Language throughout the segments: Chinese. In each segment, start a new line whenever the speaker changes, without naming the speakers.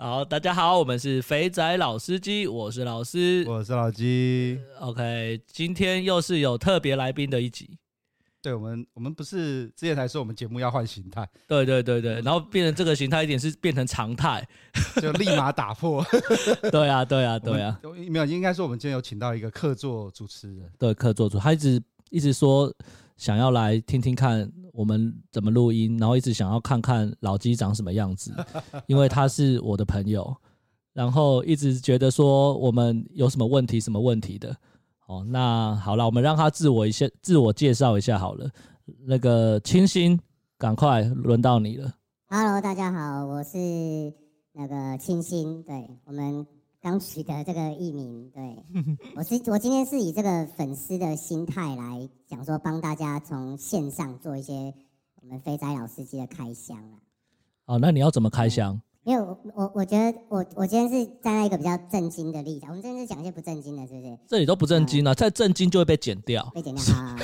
好，大家好，我们是肥仔老司机，我是老师
我是老鸡，
OK，今天又是有特别来宾的一集，
对我们，我们不是之前才说我们节目要换形态，
对对对对，然后变成这个形态一点是变成常态，
就立马打破。
对啊对啊对啊，
我们，没有，应该说我们今天有请到一个客座主持人，
对客座主，他一直一直说想要来听听看我们怎么录音，然后一直想要看看老鸡长什么样子，因为他是我的朋友，然后一直觉得说我们有什么问题什么问题的。哦，那好了，我们让他自我一些自我介绍一下好了。那个清新，赶快轮到你了。
Hello，大家好，我是那个清新，对我们刚取得这个艺名，对我是我今天是以这个粉丝的心态来讲说，帮大家从线上做一些我们肥仔老司机的开箱啊，
哦，那你要怎么开箱？
因为我我我觉得我我今天是站在一个比较震惊的立场，我们今天是讲一些不正经的，是不是？
这里都不正经了，啊再正经就会被剪掉。
被剪掉啊！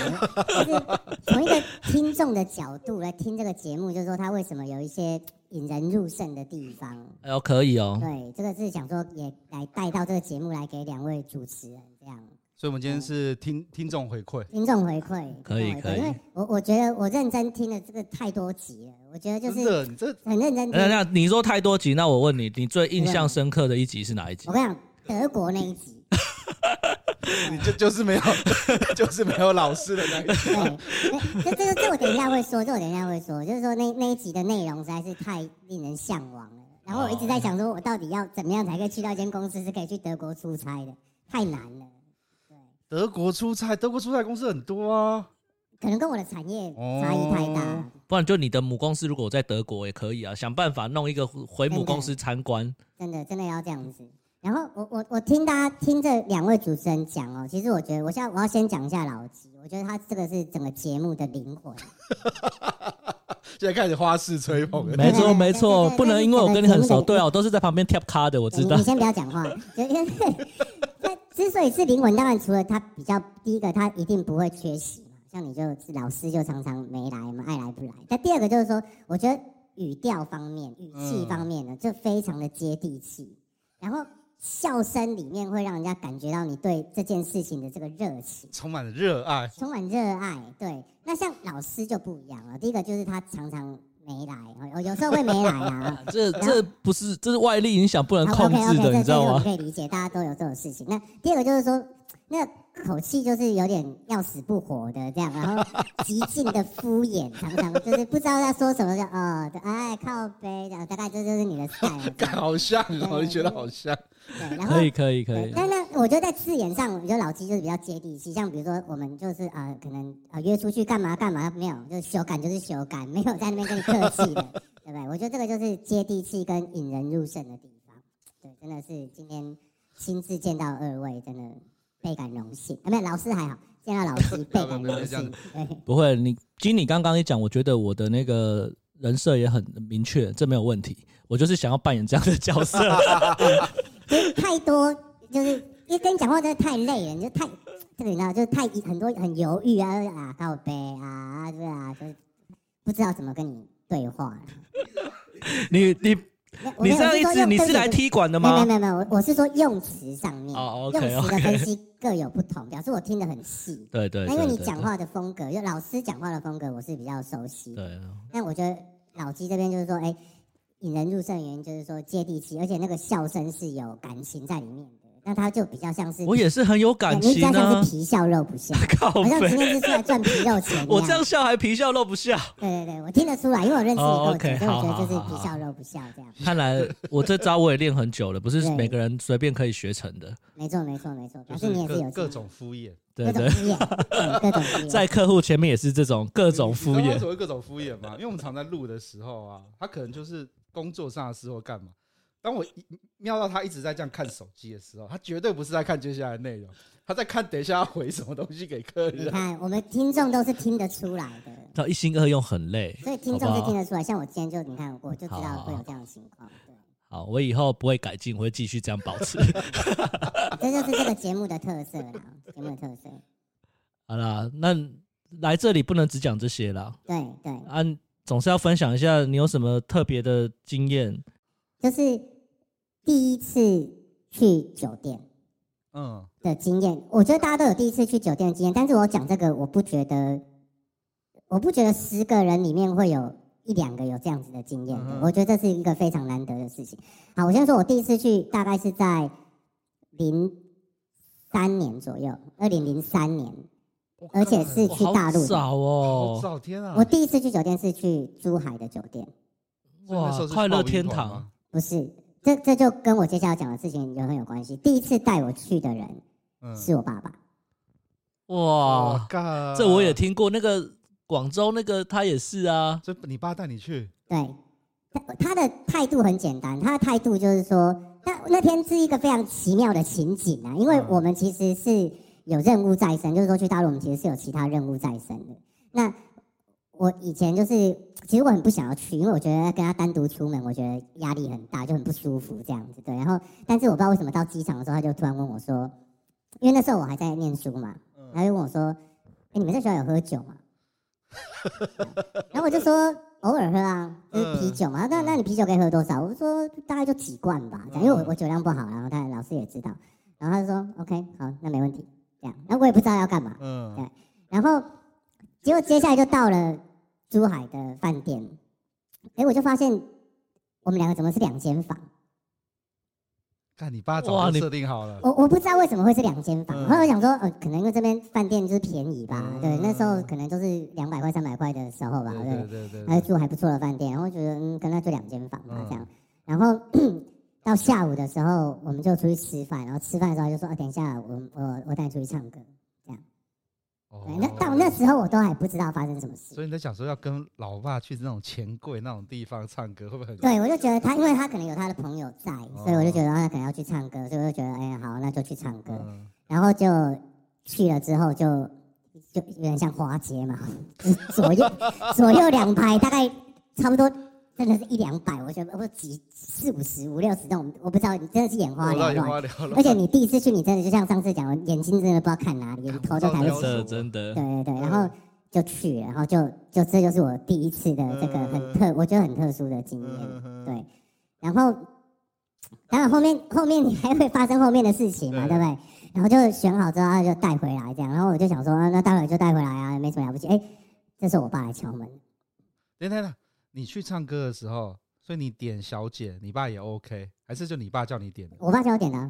就是从一个听众的角度来听这个节目，就是说他为什么有一些引人入胜的地方。
哎呦，可以哦。
对，这个是想说也来带到这个节目来给两位主持人这样
所以我们今天是听听众回馈。
听众回馈，
可以
听众回馈
可以
因为我我觉得我认真听了这个太多集了，我觉得就
真
是
的，你这
很认真听
那。那你说太多集，那我问你，你最印象深刻的一集是哪一集
我？跟你讲，德国那 一集，
你就就是没有， 就是没有老师的那一种。
对，这这这这我等一下会说，这我等一下会说，就是说那那一集的内容实在是太令人向往了。然后我一直在想说，我到底要怎么样才可以去到一间公司是可以去德国出差的？太难了，
德国出差，德国出差公司很多啊。
可能跟我的产业差异太大了。
不然就你的母公司如果在德国也可以啊，想办法弄一个回母公司参观。
真的真的要这样子。然后我我我听大家听这两位主持人讲哦，其实我觉得我现在我要先讲一下老吉，我觉得他这个是整个节目的灵魂。
现在开始花式吹捧了。
没错没错，
对对对
不能因为我跟你很熟，
对对对
对啊，我都是在旁边贴卡的，我 知道
你你。先不要讲话， 就因为他之所以是灵魂，当然除了他比较第一个，他一定不会缺席嘛，像你就是老师就常常没来嘛，爱来不来。但第二个就是说，我觉得语调方面、语气方面
嗯
呢，就非常的接地气，然后笑声里面会让人家感觉到你对这件事情的这个热情。
充满了热爱，
充满热爱。对，那像老师就不一样了。第一个就是他常常没来，哦，有时候会没来啊啦。
这这不是这是外力影响不能控制
o k o k
的，
这
你知道
这个我
吗？
可以理解，大家都有这种事情。那第二个就是说，那口气就是有点要死不活的这样，然后极尽的敷衍，常常就是不知道在说什么，就哦，对哎靠背这样，大概这就是你的菜了。这样
好像哦，你觉得好 像？
对，然后
可以可以可
对
以，
但那我觉得在字眼上，我觉得老鸡就是比较接地气，像比如说我们就是啊、呃可能啊约出去干嘛干嘛，没有，就是修改就是修改，没有在那边跟你客气的， 对不对？我觉得这个就是接地气跟引人入胜的地方。对，真的是今天亲自见到二位，真的倍感荣幸。啊，没有老师还好，见到老师 倍感
不要不要
荣
这样
幸。对，
不会。你经理刚刚一讲，我觉得我的那个人设也很明确，这没有问题。我就是想要扮演这样的角色。
就是太多，就是因为跟你讲话真的太累了，你就太这个你知道，就是太很多很犹豫啊啊告白啊，对啊，就是不知道怎么跟你对话。
你你
没有我
你
没有
这样一
我是
直，
说
你
用
是来
对不起
踢馆的
没有
吗
没？有没有，我我是说用词上面，
哦
用
，OK，
词的分析各有不同，表示我听得很细。
对对，
那
对
因为你
对
讲话的风格，就老师讲话的风格，我是比较熟悉。
对，
但我觉得老鸡这边就是说，哎，引人入胜的原因就是说接地气，而且那个笑声是有感情在里面的，那他就比较像 是
我也是很有感
你比
情
较像
啊
是。皮笑肉不笑，
靠
好像今
背，
天是出来赚皮肉钱 一样。
我这样笑还皮笑肉不笑。
对对对，我听得出来，因为我认识你够久，
哦，OK，
所以我觉
好好
得就是
好
皮笑肉不笑这样。
看来我这招我也练很久了，不是
对
每个人随便可以学成的。
没错没错没错，
就
表示你
是
也是
各
有
各
进
种敷衍，
对
各
对
种， 敷衍，对各种敷衍。
在客户前面也是这种各
各
种敷 衍。
所谓各种敷衍嘛，因为我们常在录的时候啊，他可能就是工作上的事或干嘛，当我一瞄到他一直在这样看手机的时候，他绝对不是在看接下来的内容，他在看等一下要回什么东西给客
你
人。
看，我们听众都是听得出来的，
到一心二用很累，
所以听众
好
是
不好
听得出来。像我今天就你看，我就知
好好
道
好
会有这样的情况。
好，我以后不会改进，我会继续这样保持。
对，这就是这个节目的特色啦，节目的特色。
好啦，那来这里不能只讲这些啦，
对对，
啊，总是要分享一下你有什么特别的经验。
就是第一次去酒店
嗯，
的经验，我觉得大家都有第一次去酒店的经验，但是我讲这个，我不觉得，我不觉得十个人里面会有一两个有这样子的经验的
嗯哼
我觉得这是一个非常难得的事情。好，我先说，我第一次去大概是在零三年左右，二零零三年，而且是
哇
去大
好
陆的。
早
好
哦，
早天啊！
我第一次去酒店是去珠海的酒店，
所以那时候
哇，
是
快乐
报名
天
团
堂
吗，
不是，这这就跟我接下来要讲的事情有很有关系。第一次带我去的人
嗯，
是我爸爸，
哇，
靠
这我也听过，那个广州那个他也是啊，
所以你爸带你去，
对，他他的态度很简单，他的态度就是说，那那天是一个非常奇妙的情景啊，因为
嗯
我们其实是有任务在身，就是说去大陆我们其实是有其他任务在身的。那我以前就是，其实我很不想要去，因为我觉得跟他单独出门，我觉得压力很大，就很不舒服这样子。对，然后但是我不知道为什么到机场的时候，他就突然问我说，因为那时候我还在念书嘛，
嗯
他就问我说：“哎、你们在学校有喝酒吗？” 然后我就说：“偶尔喝啊，就是啤酒嘛。那那你啤酒可以喝多少？”我就说：“大概就几罐吧，这样因为我
嗯
我酒量不好，然后他老师也知道，然后他就说：‘OK，好，那没问题。’这样，那我也不知道要干嘛。
嗯，
然后结果接下来就到了珠海的饭店，哎、我就发现我们两个怎么是两间房？
看你爸
哇
早就
你
设定好了，
我我不知道为什么会是两间房，
嗯
后来我想说，呃，可能因为这边饭店就是便宜吧，
嗯
对，那时候可能就是两百块、三百块的时候吧，
对
对
对，对对
还
对，
住还不错的饭店，然后觉得嗯，跟他就两间房吧
嗯
这样，然后 到下午的时候，我们就出去吃饭，然后吃饭的时候他就说，啊，等一下，我我我带你出去唱歌，对，那到
哦
那时候我都还不知道发生什么事，
哦所以你在想说要跟老爸去那种钱柜那种地方唱歌，会不会很？
对，我就觉得他，因为他可能有他的朋友在，所以我就
哦
觉得啊他可能要去唱歌，所以我就觉得，哎、好，那就去唱歌。
嗯，
然后就去了之后就就有点像花街嘛， 就是左右左右两排大概差不多，真的是一两百，我觉得或几四五十五六十那种，我不知道，你真的是眼
我
花
到眼
缭乱。
花缭
而
乱，
且你第一次去，你真的就像上次讲，我眼睛真的不知道看哪里，
看不
头都抬
到标
不
真
起。
准
的真的，
对对对，
嗯
然后就去了，然后就就这就是我第一次的这个很特，我觉得很特殊的经验。
嗯，
对，然后当然后面后面你还会发生后面的事情嘛，对
对
不对？然后就选好之后，他啊就带回来这样，然后我就想说，啊那待会就带回来啊，也没什么了不起。哎，这时候我爸来敲门，
等等等，你去唱歌的时候，所以你点小姐，你爸也 OK，还是就你爸叫你点的？
我爸叫我点的啊，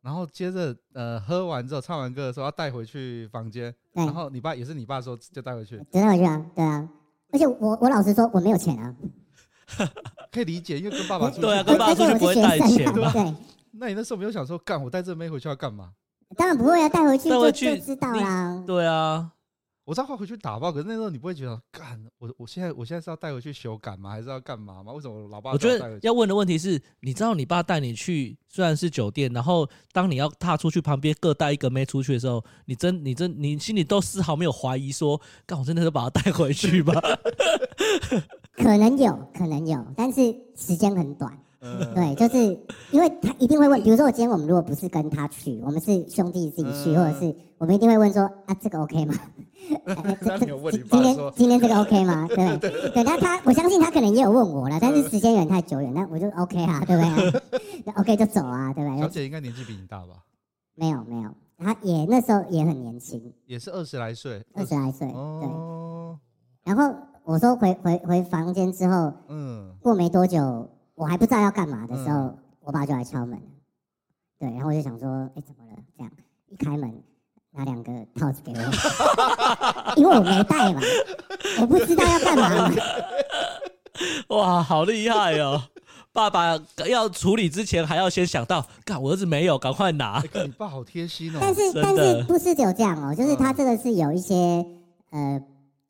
然后接着呃，喝完之后唱完歌的时候要带回去房间，
对
然，后你爸也是你爸说就带回去，
就带回去啊，对啊。而且我我老实说，我没有钱啊，
可以理解，因为跟爸 爸出去。
对啊
而
跟爸
而
爸
且
出
我
去不会
是学
带钱
生
吧
啊，对，
那你那时候没有想说，干我带这妹回去要干嘛？
当然不会啊，带回去
带
就
回
就
去
知道
你
啦。
对啊，
我知道会回去打爆，可是那时候你不会觉得，干我我现在我现在是要带回去修改吗？还是要干嘛吗？为什么我老爸
我觉
叫带
得
回去？
要问的问题是，你知道你爸带你去虽然是酒店，然后当你要踏出去旁边各带一个妹出去的时候，你真你真你心里都丝毫没有怀疑说，干我真的是把她带回 去吧？
可能有，可能有，但是时间很短。
嗯
对，就是因为他一定会问，比如说我今天我们如果不是跟他去，我们是兄弟自己去，
嗯
或者是我们一定会问说啊，这个 OK 吗？哎
那
这
你有
这
问你
今
爸
天
说
今天这个 OK 吗？对不对？对，那他我相信他可能也有问我了，
嗯
但是时间有点太久远，那我就 OK 啊，对 不对？那 OK 就走啊，对不
呃小
对？
姐应该年纪比你大吧？
没有没有，他也那时候也很年轻，
也是二十来岁，
二十来岁，对。
哦，
然后我说回回回房间之后，
嗯，
过没多久，我还不知道要干嘛的时候，我爸就来敲门。对，然后我就想说，哎，怎么了？这样一开门，拿两个套子给我，因为我没带嘛，我不知道要干嘛嘛。
哇，好厉害哦！爸爸要处理之前，还要先想到，干我儿子没有，赶快拿
哎。看你爸好贴心哦。
但是
真的
但是不是只有这样哦，就是他这个是有一些呃，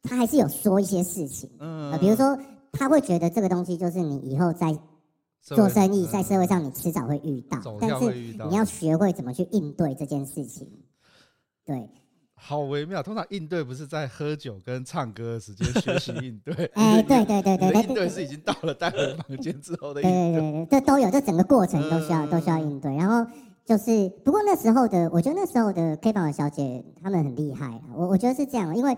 他还是有说一些事情，
嗯
呃，比如说他会觉得这个东西就是你以后在
社会
做生意在社会上你迟早会遇到，
走
但
跳
是
会遇到
你，要学会怎么去应对这件事情。对，，
好微妙。通常应对不是在喝酒跟唱歌的时间学习应对
哎，对对对
你
对
的
对
应对是已经到了带回房间之后的
对
应
对对对，这都有，这整个过程都需要、
嗯
都需要应对。然后就是，不过那时候的，我觉得那时候的 K 宝小姐她们很厉害啊。我我觉得是这样，因为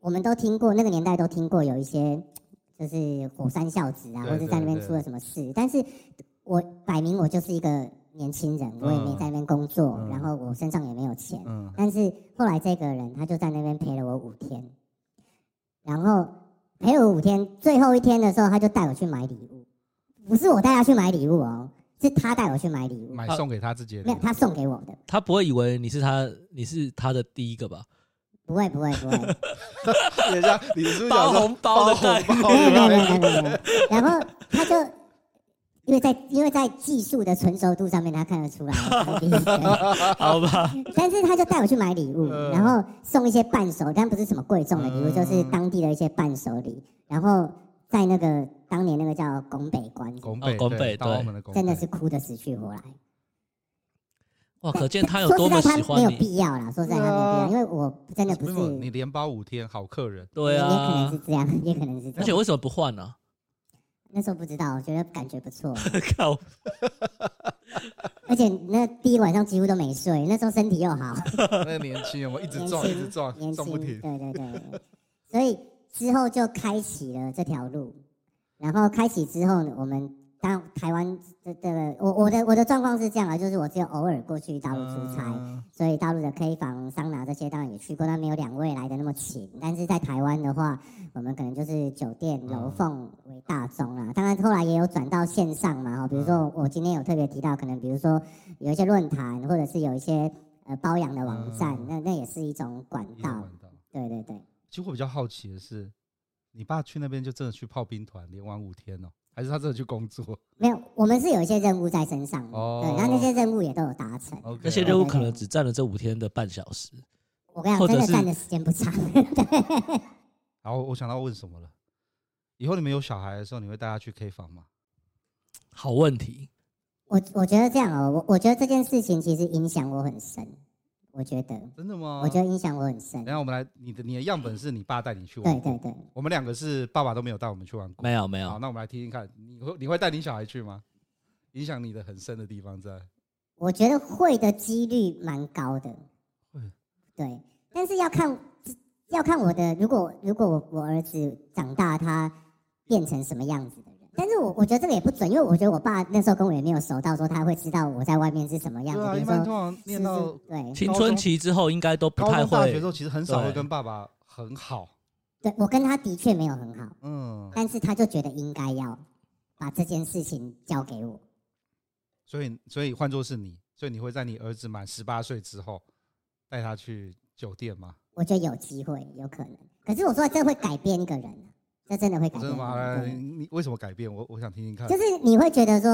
我们都听过那个年代都听过有一些就是火山孝子啊，
对
或者在那边
对对
出了什么事，但是我摆明我就是一个年轻人，我也没
嗯
在那边工作，
嗯
然后我身上也没有钱，
嗯，
但是后来这个人他就在那边陪了我五天，然后陪了我五天，最后一天的时候他就带我去买礼物，不是我带他去买礼物哦，是他带我去买礼物，
买送给他自己的
没有
礼物，
他送给我的，
他不会以为你是他，你是他的第一个吧？
不会不会不 会，
等一下，你是不是
包
想说
红包
啊
的
包
代
红包
没有没有没
的
有没有没有，然后他就因为在因为在技术的成熟度上面他看得出来，他是第一个
好吧，
但是他就带我去买礼物，
嗯
然后送一些伴手，但不是什么贵重的礼物，
嗯
就是当地的一些伴手礼。然后在那个当年那个叫拱北关，
拱
哦
北
拱
对
北
到
对
我们的拱北
真的是哭得死去活来。
哇，可见他有
说
多
实
么
在，他
喜
没
欢
有
你。
必要啦，说实在，他没有必要，因
啊
为我真的不
没
是，
有你连包五天，好客 人。
对
也可能
啊
是，这样， 也可能是这
而且
样。
为什么不换啊呢？
那时候不知道，我觉得感觉不错，
靠，
而且那第一晚上几乎都没睡，那时候身体又好。
那个年轻人，我一直
年
撞，一直
轻，
撞，
年
撞
轻，
不停。
对对对，对 所以之后就开启了这条路。然后开启之后呢，我们当台湾这这个，我我的我的状况是这样啊，就是我只有偶尔过去大陆出差，
嗯
所以大陆的 K 房、桑拿这些当然也去过，但没有两位来的那么勤。但是在台湾的话，我们可能就是酒店、楼凤为大宗
嗯
啦。当然后来也有转到线上嘛，哈，比如说我今天有特别提到，可能比如说有一些论坛，或者是有一些呃包养的网站
嗯，
那那也是一种管
一
道
样。管道
对对对，
其实我比较好奇的是，你爸去那边就真的去泡兵团，连玩五天哦，还是他真的去工 作
没有，我们是有一些任务在身上的，
哦
对，然后那些任务也都有达成。
？OK，
那些任务可能只占了这五天的半小时。
我跟你
或
讲，
者
真
是
的站的时间不长。
然后我想到问什么了，以后你们有小孩的时候，你会带他去 K 房吗？
好问题，
我我觉得这样哦，我我觉得这件事情其实影响我很深，我觉得。
真的吗？
我觉得影响我很深。
等一下我们来，你的你的样本是你爸带你去
对
玩，
对对，
我哦们两个是爸爸都没有带我们去玩过。
没有没
好，
有，
那我们来听听看，你会你会带你小孩去吗？影响你的很深的地方在，
我觉得会的几率蛮高的
会。
对，但是要看要看我的，如果如果我我儿子长大，他变成什么样子的人。但是我我觉得这个也不准，因为我觉得我爸那时候跟我也没有熟到说他会知道我在外面是什么样
对
子，
啊，
比
一
如
般
说
通常
是
念到
是对
青春期之后应该都不
高
太
中、大学
会
之后，其实很少会
对
跟爸爸很好。
对，我跟他的确没有很好，
嗯，
但是他就觉得应该要把这件事情交给我。
所以所以换作是你，所以你会在你儿子满十八岁之后带他去酒店吗？
我觉得有机会，有可能。可是我说这会改变一个人、啊，这真的会改
哦真的
变一个
吗？
人。
来
对
你为什么改变？我我想听听看。
就是你会觉得说、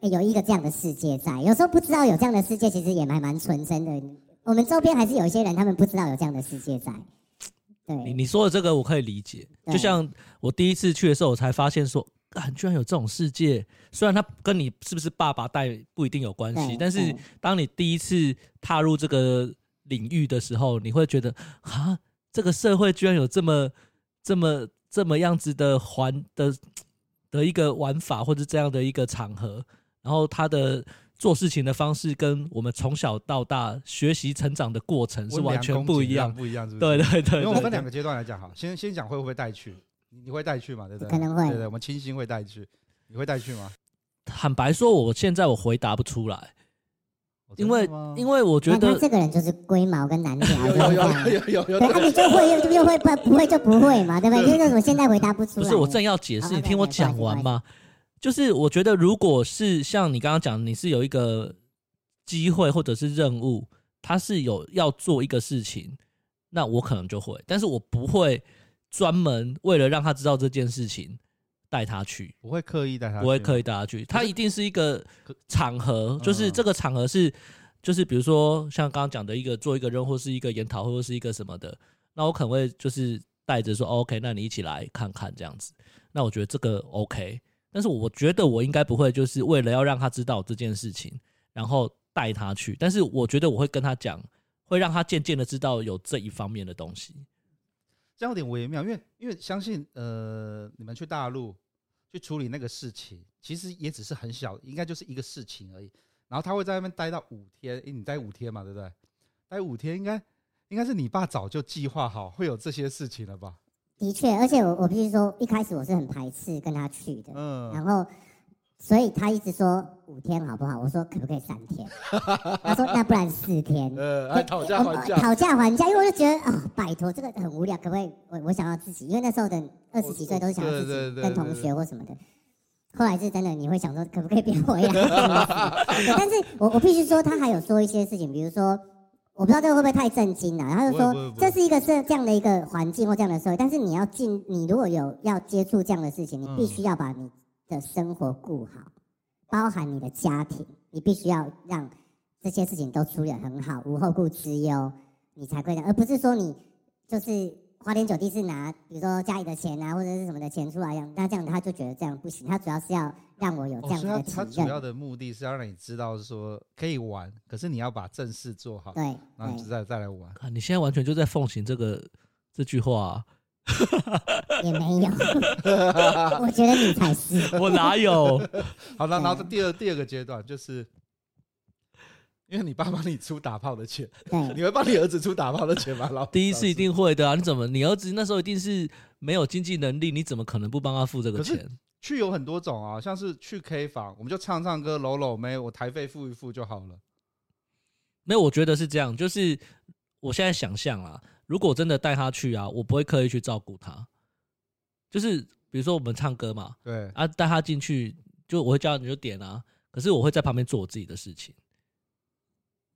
诶有一个这样的世界在，有时候不知道有这样的世界，其实也还蛮纯真的。我们周边还是有一些人，他们不知道有这样的世界在。
你
对，
你说的这个我可以理解，
嗯
对
就像我第一次去的时候，我才发现说，啊，居然有这种世界。虽然它跟你是不是爸爸带不一定有关系
嗯
对，哦
但是
对
当你第一次踏入这个领域的时候，你会觉得，啊，这个社会居然有这么、这么、这么样子的环的的一个玩法，或者这样的一个场合，然后他的。做事情的方式跟我们从小到大学习成长的过程是
温
完
良
全
恭
不
俭
一样
让，不一样，是不
对
是？
对对，
因为我
对
们分
对
两个阶段来讲，好，先先讲会不会带去，你你会带去吗？对不对？
可能会
对对，我们清新会带去，你会带去吗？
坦白说，我现在我回答不出来，
哦
因为
真的吗
因为我觉
那他
得
这个人就是龟毛跟难聊，就
有
是这
有
样。
有有有有
对，啊，你就会又又会不不会就不会嘛，对不对？因为我现在回答不出
不
来。
是我正要解
哦
释，你
，OK，
听我
没关系
讲完嘛。就是我觉得，如果是像你刚刚讲，你是有一个机会或者是任务，它是有要做一个事情，那我可能就会，但是我不会专门为了让他知道这件事情带他去。
不会刻意带他，
不会刻
意。
意带他去，
可
他
是
一定是一个
可
场合，就是
嗯
这个场合是，就是比如说像刚刚讲的一个做一个任务，或是一个研讨会，或是一个什么的，那我可能会就是带着说、哦 OK，那你一起来看看这样子，那我觉得这个 OK，但是我觉得我应该不会就是为了要让他知道这件事情，然后带他去。但是我觉得我会跟他讲，会让他渐渐的知道有这一方面的东西。
这样有点微妙，因为因为相信呃，你们去大陆去处理那个事情，其实也只是很小，应该就是一个事情而已。然后他会在那边待到五天，诶、你待五天嘛，对不对？待五天应该应该是你爸早就计划好会有这些事情了吧？
的确，而且我我必须说，一开始我是很排斥跟他去的，然
嗯，
后所以他一直说五天好不好？我说可不可以三天？他说那不然四天。
呃，还讨价
我
还价，
讨价还价，因为我就觉得啊、拜托，这个很无聊，可不可以？我我想要自己，因为那时候的二十几岁都是想要自
哦对对
己
对
跟
对
同
对
学或什么的。后来是真的，你会想说，可不可以别 回来？对但是我我必须说，他还有说一些事情，比如说，我不知道这个会不会太震惊啊了。然后就
不会不会
说，
不会
这是一个这这样的一个环境或这样的社会，但是你要进，你如果有要接触这样的事情，你必
嗯
须要把你的生活顾好，包含你的家庭，你必须要让这些事情都处理得很好，无后顾之忧，你才会的，而不是说你就是花天酒地是拿，比如说家里的钱啊，或者是什么的钱出来养，那这样他就觉得这样不行，他主要是要让我有这
哦，
样
所以他
子的
他
体
主
认，
要的目的是要让你知道说可以玩，可是你要把正事做好，
对
然后 你
对，
再再来玩。
啊，你现在完全就在奉行这个这句话啊
也没有，我觉得你才是，
啊、我哪有？
好了，
对
然后第二第二个阶段就是，因为你爸帮你出打炮的钱，
对
你会帮你儿子出打炮的钱吗？老
第一次一。
老师
定会的啊！你怎么？你儿子那时候一定是没有经济能力，你怎么可能不帮他付这个
可是
钱？
去有很多种啊，像是去 K 房，我们就唱唱歌、搂搂妹，我台费付一付就好了。
没有，我觉得是这样，就是我现在想象啦，如果真的带他去啊，我不会刻意去照顾他，就是比如说我们唱歌嘛，
对，
啊，带他进去，就我会叫你就点啊，可是我会在旁边做我自己的事情，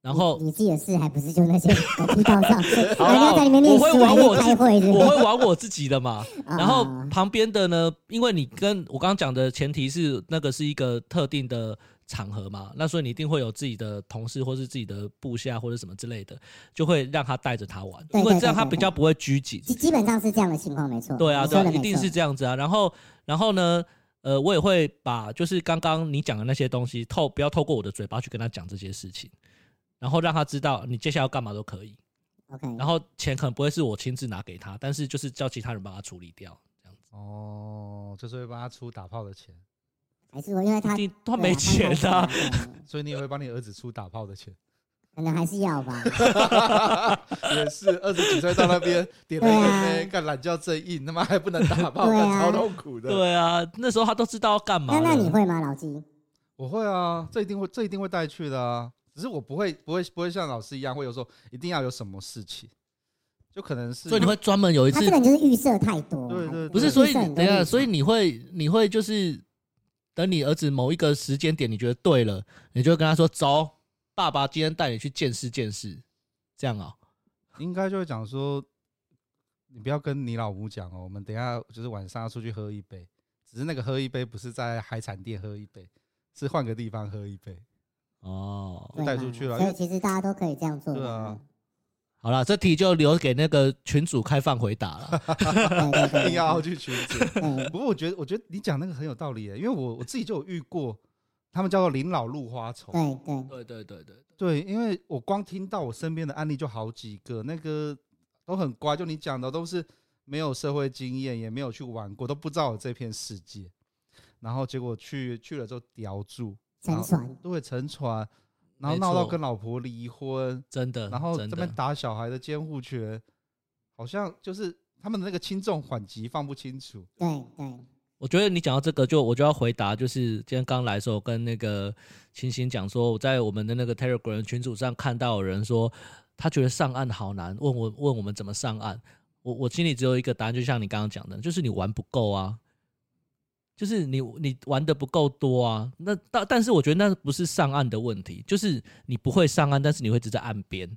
然后
你你自己的事还不是就那些狗屁道 上，
好啦
人家在里面念
我会
书，还
玩
在
我自
开会是不
我
是，
会玩我自己的嘛，然后
啊
旁边的呢，因为你跟我刚刚讲的前提是那个是一个特定的场合嘛，那所以你一定会有自己的同事或是自己的部下或者什么之类的，就会让他带着他玩，
对
因为
对
这样
对
他
对
比较不会拘谨。
基基本上是这样的情况，没错，
对啊，
你
对
说
啊，
的
一
没
定
错
是这样子啊。然后，然后呢，呃，我也会把就是刚刚你讲的那些东西透，不要透过我的嘴巴去跟他讲这些事情，然后让他知道你接下来要干嘛都可以。
，OK，
然后钱可能不会是我亲自拿给他，但是就是叫其他人帮他处理掉，这样子。
哦，就是会帮他出打炮的钱，
还是我因为他
一定他
对啊
没钱啊
他，没钱啊
所以你也会帮你儿子出打炮的钱，
可能还是要吧。
也是二十几岁到那边点了一
对
个
啊
妹，干懒觉正硬，他妈还不能打炮，
对
干
啊
超痛苦的。
对啊，那时候他都知道要干嘛
那
了。
那你会吗，老纪？
我会啊，这一定会，这一定会带去的啊。只是我不会，不会，不会像老师一样，会有说一定要有什么事情，就可能是
所以你会专门有一
他
次
这，个人就是预设太多，
对对
不
对
是？所以
预设很
你
多
等一
立
下，
场
所以你会你会就是等你儿子某一个时间点，你觉得对了，你就会跟他说：“走，爸爸今天带你去见识见识。”这样啊、
应该就会讲说，你不要跟你老母讲哦，我们等一下就是晚上要出去喝一杯，只是那个喝一杯不是在海产店喝一杯，是换个地方喝一杯。
哦，
对
带
嘛
出去了因
所
为
以其实大家都可以这样做
对
的
啊
啊。
好了，这题就留给那个群主开放回答 了。
对对对，
硬要
对
去群组。
对
不过我觉得，我觉得你讲那个很有道理耶，因为我我自己就有遇过，他们叫做临老入花丛。
对
对
对，
对对对，
对，因为我光听到我身边的案例就好几个，那个都很乖，就你讲的都是没有社会经验，也没有去玩过，都不知道有这片世界。然后结果去去了之后叼住，
沉船，
都会沉船，然后
没
闹到
错
跟老婆离婚，
真的。
然后
真
这边
的，
打小孩的监护权，好像就是他们的那个轻重缓急放不清楚。
对对，
我觉得你讲到这个，就我就要回答，就是今天刚来的时候跟那个清新讲说，我在我们的那个 Telegram 群组上看到有人说他觉得上岸好难，问我问我们怎么上岸。我我心里只有一个答案，就像你刚刚讲的，就是你玩不够啊，就是你你玩的不够多啊。那但但是我觉得那不是上岸的问题，就是你不会上岸，但是你会只在岸边。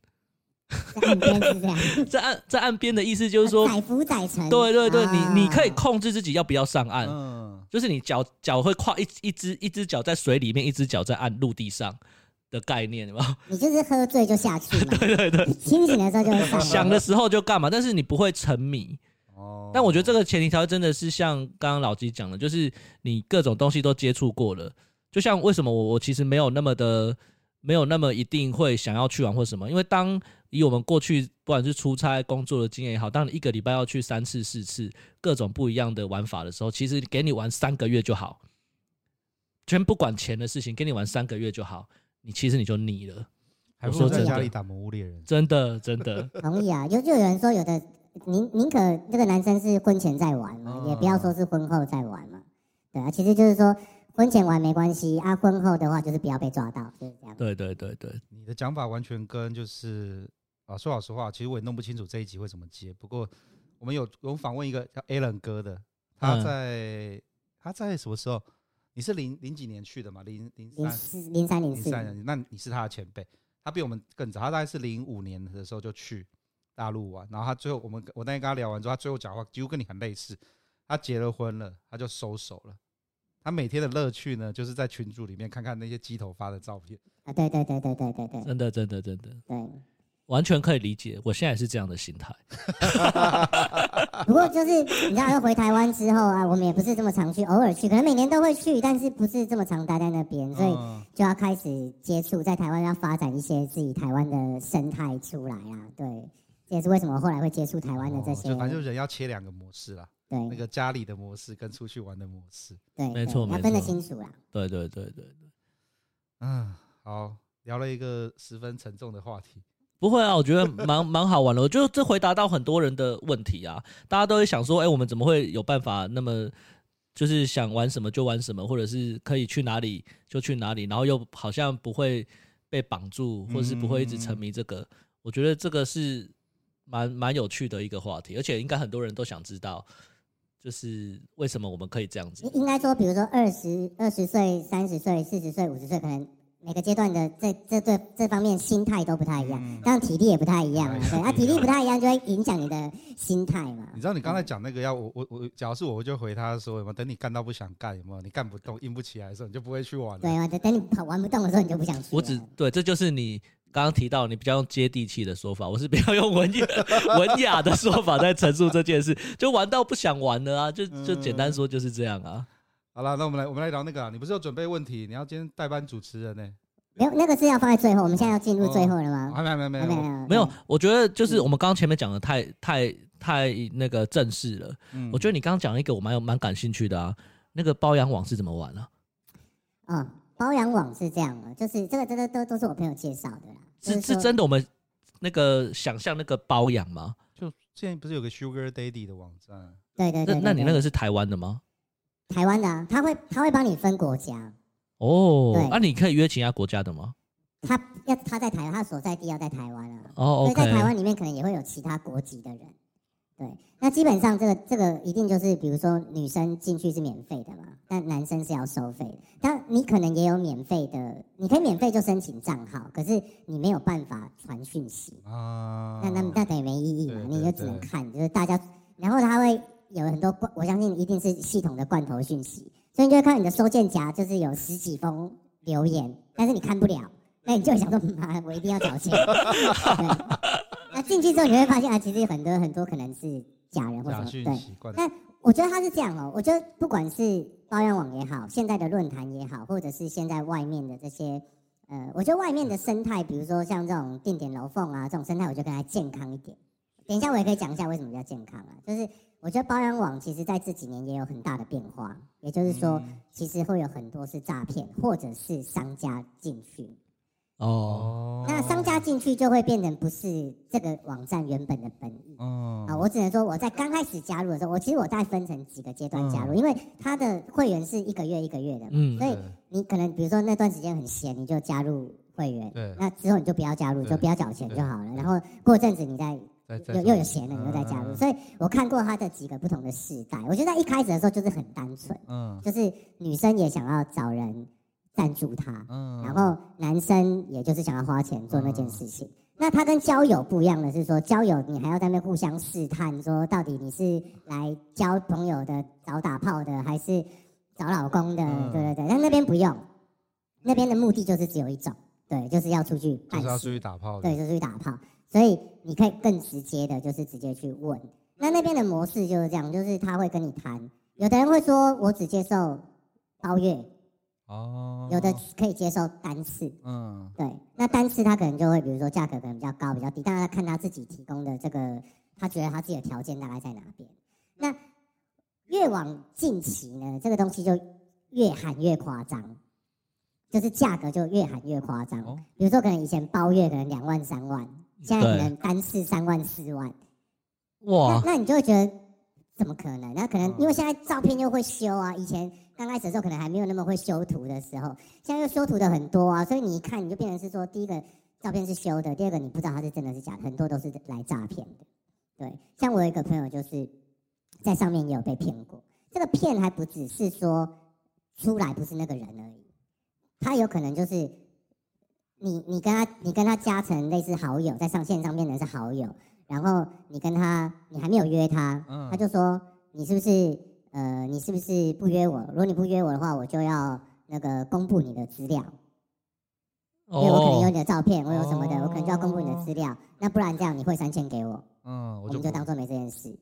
在岸边是这样，
在岸在岸边的意思 就是说，
载浮载沉。
对对对，
哎啊
你你可以控制自己要不要上岸，
嗯，
就是你脚脚会跨一一只一只脚在水里面，一只脚在岸陆地上的概念 吧。
你就是喝醉就下去嘛，
对对对，
清醒的时候就会上来。
想的时候就干嘛，但是你不会沉迷。
哦
但我觉得这个前提条件真的是像刚刚老鸡讲的，就是你各种东西都接触过了。就像为什么我我其实没有那么的没有那么一定会想要去玩或什么，因为当以我们过去不管是出差工作的经验也好，当你一个礼拜要去三次四次各种不一样的玩法的时候，其实给你玩三个月就好，全不管钱的事情，给你玩三个月就好，你其实你就腻了，
还不
我
如
说
在
真
家
的
里打《魔物猎人》。
真的真的
同意啊，就就有人说有的宁宁可那个男生是婚前在玩嘛，
嗯
也不要说是婚后在玩嘛。对啊，其实就是说婚前玩没关系啊，婚后的话就是不要被抓到，就是这样。
对对对对，
你的讲法完全跟就是啊，说老实话，其实我也弄不清楚这一集会怎么接。不过我们有有访问一个叫 Alan 哥的，他
嗯
在、他在什么时候？你是零零几年去的嘛？零零
零
三
四零三零
零
四，
三年，那你是他的前辈，他比我们更早，他大概是零五年的时候就去大陆玩，然后他最后我们我那天跟他聊完之后，他最后讲话几乎跟你很类似，他结了婚了，他就收手了。他每天的乐趣呢，就是在群组里面看看那些鸡头发的照片。
啊，对对对对对对对
真的真的真的
对。
完全可以理解，我现在也是这样的心态。
不过就是你知道，要回台湾之后啊，我们也不是这么常去，偶尔去，可能每年都会去，但是不是这么常待在那边，所以
嗯
就要开始接触在台湾要发展一些自己台湾的生态出来啦。对，这也是为什么后来会接触台湾的这些。
哦就反正人要切两个模式啦，
对，
那个家里的模式跟出去玩的模式。
对，
没
对
错
要
没
分得
错
清楚啦。
对对对对，
嗯，好，聊了一个十分沉重的话题。
不会啊，我觉得蛮 蛮好玩的。我觉得这回答到很多人的问题啊，大家都会想说，哎、我们怎么会有办法那么就是想玩什么就玩什么，或者是可以去哪里就去哪里，然后又好像不会被绑住，或是不会一直沉迷这个。我觉得这个是蛮蛮有趣的一个话题，而且应该很多人都想知道，就是为什么我们可以这样子
应。应该说，比如说二十二十岁、三十岁、四十岁、五十岁，可能每个阶段的这这这这方面心态都不太一样，
嗯
当然体力也不太一样啊。
哎
对，啊，体力不太一样就会影响你的心态嘛。
你知道你刚才讲那个要我我我，假如是我，我就回他说，有没有等你干到不想干，有没有你干不动、硬不起来的时候，你就不会去玩
对
了。
啊，等等你跑玩不动的时候，你就不想去了。
我只对，这就是你刚刚提到你比较用接地气的说法，我 是比较用文雅文雅的说法在陈述这件事，就玩到不想玩了啊，就就简单说就是这样啊。
好了，那我们来我们来聊那个啊，你不是有准备问题？你要今天代班主持人呢、
没有那个是要放在最后，我们现在要进入最后了
哦
吗？
还没还没还没还
还没
没，
有，哦
没有，我觉得就是我们刚刚前面讲的太太太那个正式了，
嗯
我觉得你刚刚讲一个我蛮有蛮感兴趣的啊，那个包养网是怎么玩啊？
哦，包养网是这样的，就是这个真的都都是我朋友介绍的啦。
是
就是说
真的我们那个想象那个包养吗？
就现在不是有个 Sugar Daddy 的网站？
对对
那
对对
那你
对
那个是台湾的吗？
台湾的啊，他会他会帮你分国家，
哦
对，
那你可以约其他国家的吗？
他要他在台湾，他所在地要在台湾啊。
哦
所以在台
，OK，
湾里面可能也会有其他国籍的人。对，那基本上这个这个一定就是，比如说女生进去是免费的嘛，但男生是要收费的。但你可能也有免费的，你可以免费就申请账号，可是你没有办法传讯息，
啊，
那那那等于没意义嘛，
对
你
对
就只能
对
看，就是大家，然后他会有很多罐，我相信一定是系统的罐头讯息，所以你就会看到你的收件夹就是有十几封留言，但是你看不了，那你就会想说妈，我一定要 缴钱。对，那进去之后你会发现啊，其实很多很多可能是假人或什
假
么，
讯
对，
息惯
但我觉得他是这样哦、我觉得不管是包养网也好，现在的论坛也好，或者是现在外面的这些，呃，我觉得外面的生态，比如说像这种定点楼缝啊这种生态，我觉得更加健康一点。等一下我也可以讲一下为什么叫健康啊，就是我觉得包养网其实在这几年也有很大的变化，也就是说，
嗯
其实会有很多是诈骗或者是商家进去，
哦，
哦
那商家进去就会变成不是这个网站原本的本意。
嗯
啊，我只能说我在刚开始加入的时候，我其实我大概分成几个阶段加入，
嗯
因为它的会员是一个月一个月的嘛，
嗯
所以
对
你可能比如说那段时间很闲，你就加入会员
对，
那之后你就不要加入，
对
就不要缴钱就
对
好了。然后过阵子你再
再再
又
说
又有闲了，你又再加入。
嗯
所以我看过他的几个不同的世代，我觉得在一开始的时候就是很单纯，
嗯
就是女生也想要找人赞助他，
嗯，
然后男生也就是想要花钱做那件事
嗯
情。那他跟交友不一样的是说，交友你还要在那边互相试探，说到底你是来交朋友的、找打炮的，还是找老公的？
嗯
对对对，但那边不用，那边的目的就是只有一种，对，就是要出去
就
办
是要
事
出去打炮的，
对，就是去打炮。所以你可以更直接的，就是直接去问。那那边的模式就是这样，就是他会跟你谈，有的人会说我只接受包月，
哦
有的可以接受单次。
嗯
对，那单次他可能就会，比如说价格可能比较高、比较低，当然看他自己提供的这个，他觉得他自己的条件大概在哪边。那越往近期呢，这个东西就越喊越夸张，就是价格就越喊越夸张。
哦
比如说，可能以前包月可能两万、三万，现在可
对
能单次三万、四万，那
哇，
那你就会觉得怎么可能？那可能
嗯
因为现在照片又会修啊，以前刚开始的时候可能还没有那么会修图的时候，现在又修图的很多啊，所以你一看你就变成是说，第一个照片是修的，第二个你不知道它是真的是假的，很多都是来诈骗的。对，像我有一个朋友就是在上面也有被骗过，这个骗还不只是说出来不是那个人而已，他有可能就是。你你跟他你跟他加成类似好友，在上线上面的是好友，然后你跟他，你还没有约他，
嗯
他就说你是不是呃，你是不是不约我？如果你不约我的话，我就要那个公布你的资料，因为我可能有
哦，
你的照片，我有什么的，我可能就要公布你的
哦
资料。那不然这样你汇三千给我，
嗯，我
我们就
不
当做没这件事。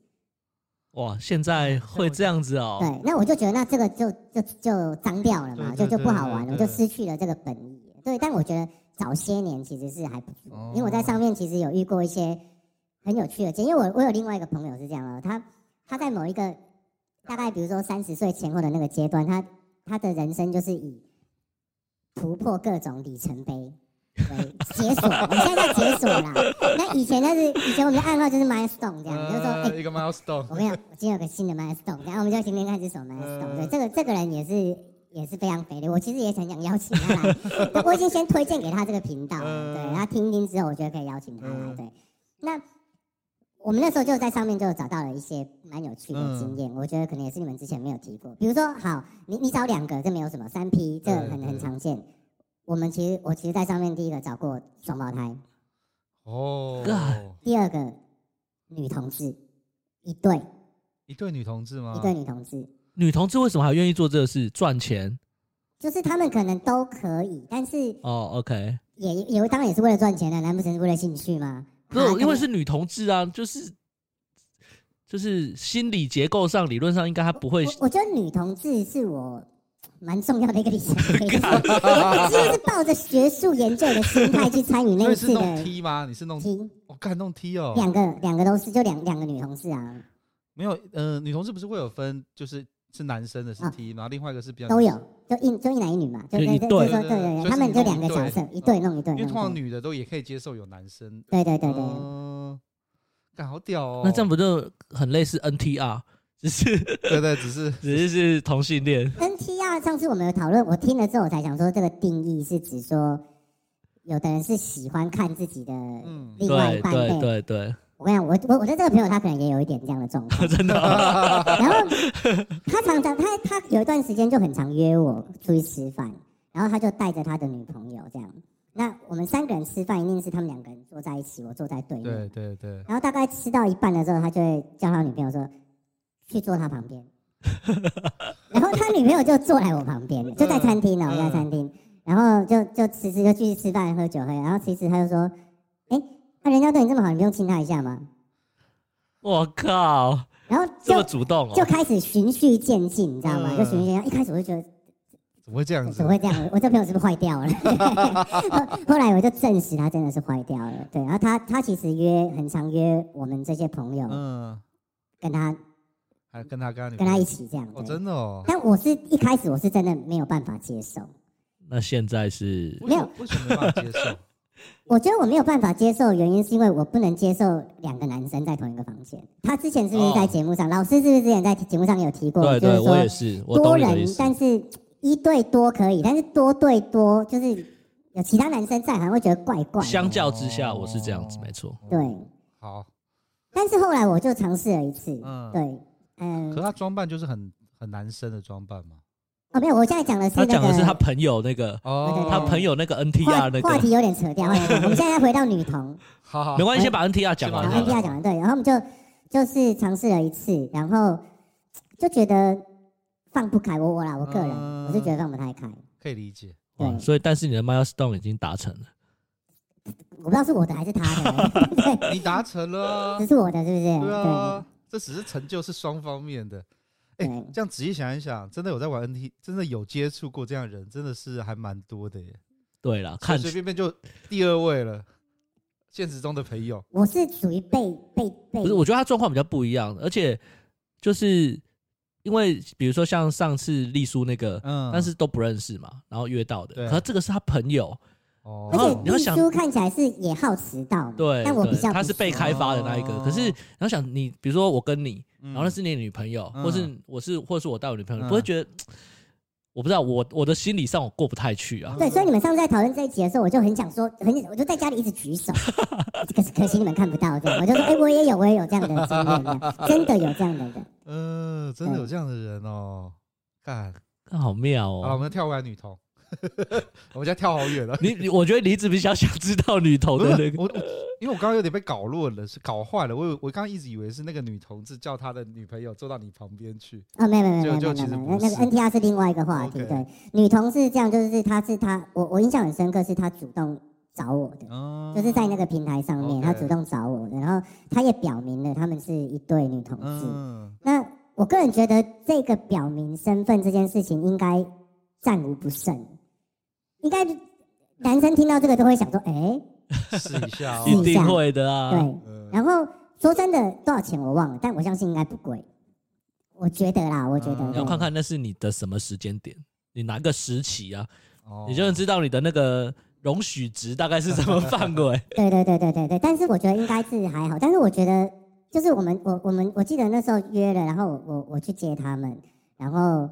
哇，现在会这样子哦，
对，那我就觉得那这个就就就脏掉了嘛，
对
就
对
就不好
对
玩
对
了，我就失去了这个本意。对，但我觉得早些年其实是还不错，因为我在
哦
上面其实有遇过一些很有趣的经验。因为我我有另外一个朋友是这样哦，他他在某一个大概比如说三十岁前后的那个阶段，他他的人生就是以突破各种里程碑。为解锁，我们现在在解锁啦。 那以前那是以前我们的暗号就是 milestone 这样，就是说，哎、
呃一个 milestone，
我跟你讲，我今天有个新的 milestone，然后我们就今天开始守
嗯
milestone。对，这个这个人也是也是非常肥的，我其实也很想邀请他来， 但我已经先推荐给他这个频道了，
嗯
对他听一听之后，我觉得可以邀请他来。
嗯
对，那我们那时候就在上面就找到了一些蛮有趣的经验，我觉得可能也是你们之前没有提过。比如说，好，你你找两个，这没有什么，三 P 这
对
很
对
很常见。我们其实我其实，在上面第一个找过双胞胎，
哦
God，
第二个女同志，一对
一对女同志吗？
一对女同志。
女同志为什么还愿意做这个事？赚钱
就是他们可能都可以，但是
哦，OK，
也也当然也是为了赚钱的，难不成是为了兴趣吗？
不
啊
是因为是女同志啊，就是就是心理结构上理论上应该她不会
我我觉得女同志是我蛮重要的一个 里程碑，就是我几乎是抱着学术研究的心态去参与
所
那
以是
一次
弄
的
T 吗？你是弄
题，
我看弄 T 哦，
两个两个都是，就两两个女同志啊，
没有呃，女同志不是会有分，就是是男生的是
啊
T，然后另外一个是比较
都有，就一就一男一女嘛，就
就一
就
对
就说
对对
对对
所以
对，他们
是弄
就两个
一对
角色，一对弄一对，
因为
弄一
通常
对
女的都也可以接受有男生，
对对对对，
嗯，干好屌哦，
那这样不就很类似 NTR，只是
对对，只 是
只是是同性恋
NTR 上次我们有讨论，我听了之后我才想说，这个定义是指说，有的人是喜欢看自己的
嗯
另外一
对
半被。
对对对，
我跟你讲，我我我的这个朋友他可能也有一点这样的状 况，
真的啊、
然后他常常他他有一段时间就很常约我出去吃饭，然后他就带着他的女朋友这样。那我们三个人吃饭一定是他们两个人坐在一起，我坐在对面
对
嘛。
对对，
然后大概吃到一半的时候，他就会叫他女朋友说去坐他旁 边，然后他女朋友就坐来我旁边，就在餐厅哦，
嗯
在餐厅，然后就就吃吃就继续吃饭喝酒喝，然后吃一吃他就说，哎，那人家对你这么好，你不用亲他一下吗？
我靠，
然后
这
就
么主动
就
哦！
开始循序渐进，你知道吗？
啊嗯
就循序渐进，一开始我就觉得
怎么会这样子
怎么？会这样？我我这朋友是不是坏 掉了？后后来我就证实他真的是坏掉了，对。然后他他其实约很常约我们这些朋友
嗯，
跟他
还跟他跟他女
跟
朋
他
友
一起这样。
哦，
对
真的哦，
但我是一开始我是真的没有办法接受，
那现在是
为什么为什么没办法接 受？哦
我觉得我没有办法接受，原因是因为我不能接受两个男生在同一个房间。他之前是不是在节目上，老师是不是之前在节目上有提过？
哦对
就
对，
是
我也
说
是，我
多
懂你的意
人，
思。
但是一对多可以，但是多对多就是有其他男生在，好像会觉得怪怪的。
相较之下，我是这样子，
哦
没错。
对，
好，
但是后来我就尝试了一次，
嗯
对，
可
嗯
是，他装扮就是很很男生的装扮嘛。
哦，没有，我现在讲的是
他
那个
讲的是他朋友那个，
哦，
他朋友那个 NTR 那
话话
个，
题有点扯掉，话题有点扯我们现在要回到女同。
好好
没关系，先把 NTR 讲
哦好
完
然
先把
好了。
后 NPR 讲完对，然后我们就就是尝试了一次，然后就觉得放不开我我啦，我个人、
嗯
我是觉得放不太开。
可以理解。
对
嗯哇，所以但是你的 milestone 已经达成了，
我不知道是我的还是他的，对，
你达成了啊
只，是我的是不是？
对啊，这只是成就是双方面的。哎、
对
这样仔细想一想，真的有在玩 NT，真的有接触过这样的人，真的是还蛮多的耶。
对了，
随
看
随便便就第二位了，现实中的朋友。
我是属于被被被
不是，我觉得他状况比较不一样，而且就是因为比如说像上次丽叔那个，
嗯，
但是都不认识嘛，然后约到的，
对
可这个是他朋友，
哦，
而
然后
且
你要
丽
想
叔看起来是也好迟到嘛，
对，
但我比
对
较
他
不
是被
熟
开发的那一个，可是
哦
然后想你，比如说我跟你，然后那
嗯
是你的女朋友，
嗯
或是我是或是我带我女朋友，
嗯
不会觉得。我不知道，我我的心理上我过不太去
嗯
啊。
对，所以你们上次在讨论这一集的时候，我就很想说，很我就在家里一直举手， 可是可惜你们看不到，这样我就说，哎、我也有，我也有这样的经验这样，真的有这样的人，
呃，真
嗯
的有这样的人哦。看，
好妙
好了，我
哦！
们跳完女童， 我们家跳好远了。
你你，我觉得你一直比较想知道女头
不是
的那个，
我我，因为我刚刚有点被搞乱了，是搞坏了。我以为我刚刚一直以为是那个女同志叫她的女朋友坐到你旁边去。
哦，没有没有没
就
有没
就
有
其
没
实
有，
不
那那
是
个 NTR 是另外一个话题
OK
对，女同是这样，就是她是她，我我印象很深刻，是她主动找我的。
哦
嗯，
就是在那个平台上面，
OK
她主动找我的，然后她也表明了她们是一对女同志。
嗯
那我个人觉得这个表明身份这件事情应该战无不胜，应该男生听到这个都会想说，哎、
试一下
是
一
哦。
定会的啊。
对。
呃
然后说真的，多少钱我忘了，但我相信应该不贵。我觉得啦，我觉得、
嗯
你要
对
看看那是你的什么时间点，你哪个时期啊，
哦
你就能知道你的那个容许值大概是什么范围。
对对对对对对，但是我觉得应该是还好，但是我觉得就是我们我我们我记得那时候约了，然后我我我去接他们，然后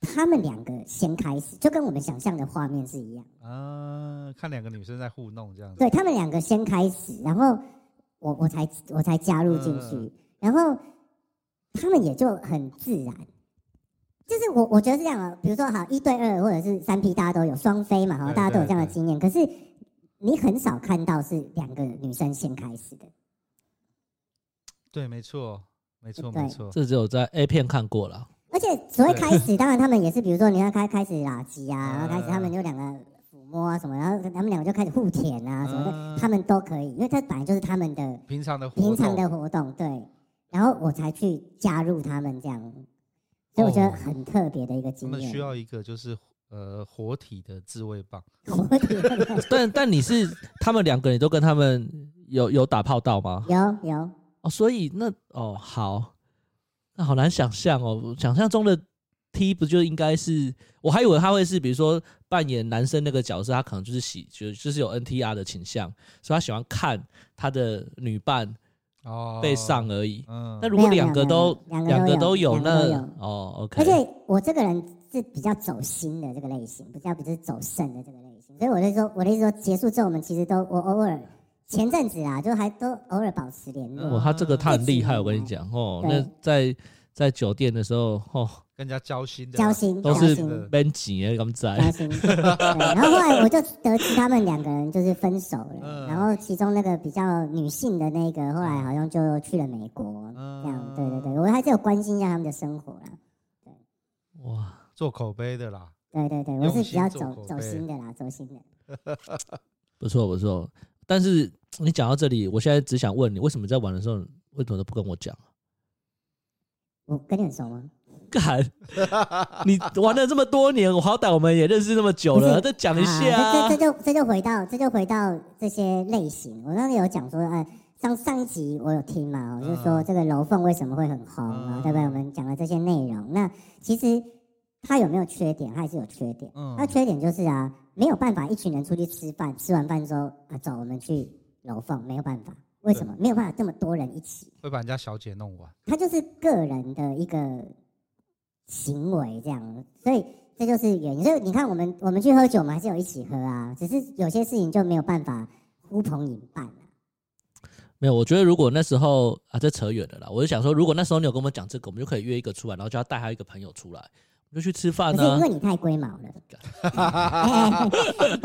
他们两个先开始，就跟我们想象的画面是一样。
啊，看两个女生在互弄这样子。
对他们两个先开始，然后我我才我才加入进去，
嗯
然后他们也就很自然。就是我我觉得是这样啊，比如说好一对二或者是三 P，大家都有双飞嘛，好，
对
大家都有
对
这样的
对
经验。可是你很少看到是两个女生先开始的，
对，没错，没错，
对
没错。
这只有在 A 片看过了，
而且所谓
对
开始，当然他们也是，比如说你要开开始拉 鸡啊，然后开始
嗯
他们就两个抚摸啊什么，然后他们两个就开始互舔啊什么
嗯
的，他们都可以，因为这本来就是他们的
平常的活
平常
动
的活动，对。然后我才去加入他们这样，所以我觉得
哦
很特别的一个
他
经
们
验。
哦
需要一个就是呃活体的自慰棒。
我体验过
但但你是他们两个，你都跟他们有有打炮到吗？
有 有，
哦，所以那哦好，那好难想象哦，想象中的 T 不就应该是？我还以为他会是，比如说扮演男生那个角色，他可能就是喜就就是有 NTR 的倾向，所以他喜欢看他的女伴
哦，
被，上而已。
嗯，
那如果
没有
两个都
没有没有
两
两
个都
个都有
有，
两个
那
都有
哦 OK，
而且我这个人是比较走心的这个类型，比较不是走肾的这个类型。所以我就说，我的意思说，结束之后我们其实都我偶尔前阵子啊，就还都偶尔保持联络。
哇，他这个他很厉害，
嗯
我跟你讲哦，
对
那在在酒店的时候哦，
跟人家交心的啦，
交心，
都
交
是
心，
蛮紧耶，咁
交
在
心。对然后后来我就得知他们两个人就是分手了，
嗯
然后其中那个比较女性的那个，后来好像就去了美国，
嗯
这样。对对对，我还是有关心一下他们的生活啦。
哇，
做口碑的啦。
对对对，我
用
是比较
心做
走
口
走
碑
心的啦，走心的。
不错不错。但是你讲到这里，我现在只想问你，为什么在玩的时候，为什么都不跟我讲？
我跟你很熟吗？
干，你玩了这么多年，我好歹我们也认识那么久了，
不
再讲一下
啊
啊
这这这就这就回到这就回到这些类型。我刚刚有讲说，呃，上上一集我有听嘛，我就说
嗯
这个楼凤为什么会很红啊，
嗯
对不对？我们讲了这些内容，那其实它有没有缺点？它还是有缺点。
嗯
那缺点就是啊，没有办法一群人出去吃饭，吃完饭之后啊，走，我们去楼凤，没有办法。为什么没有办法这么多人一起？
会把人家小姐弄完。
它就是个人的一个行为这样，所以这就是原因。所以你看，我们我们去喝酒，我们还是有一起喝啊，只是有些事情就没有办法呼朋引伴啊。
没有，我觉得如果那时候啊，这扯远了啦。我就想说，如果那时候你有跟我们讲这个，我们就可以约一个出来，然后就要带他一个朋友出来，我们就去吃饭啊
可是因
呢、
为你太龟毛了， 哎因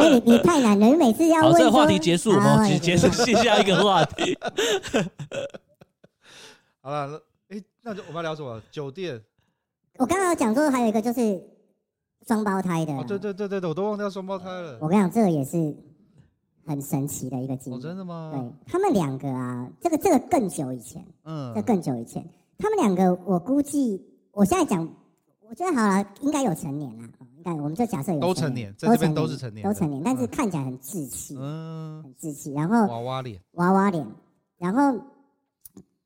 为你你太难了，你每次要
好，
问
这个
说啊哎
话题结束，我
好
们结束下一个话题。
好了，哎，那就我们要聊什么？酒店
我刚刚有讲说还有一个就是双胞胎的、啊
哦哦，对，对对对对，我都忘掉双胞胎了
我。跟你讲，这个也是很神奇的一个经
哦，
历。
真的吗？
对他们两个啊，这个这个更久以前，这
嗯，
更久以前，他们两个我估计，我现在讲，我觉得好了，应该有成年啦，应该我们就假设有
都成
成
年，在
都
这边都是
年
成年的，
都成年，但是
嗯
看起来很稚气，
嗯，
很稚气，然后
娃娃脸
娃娃脸，然后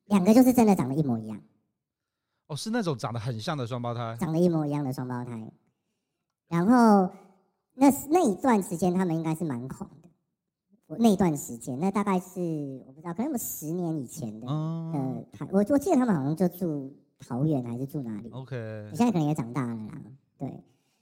两个就是真的长得一模一样，
哦，是那种长得很像的双胞胎，
长得一模一样的双胞胎，然后那那一段时间他们应该是蛮红的，我那一段时间，那大概是我不知道，可能有十年以前的，
嗯
呃，台我我记得他们好像就住桃园还是住哪里，
，OK，
现在可能也长大了啦，对。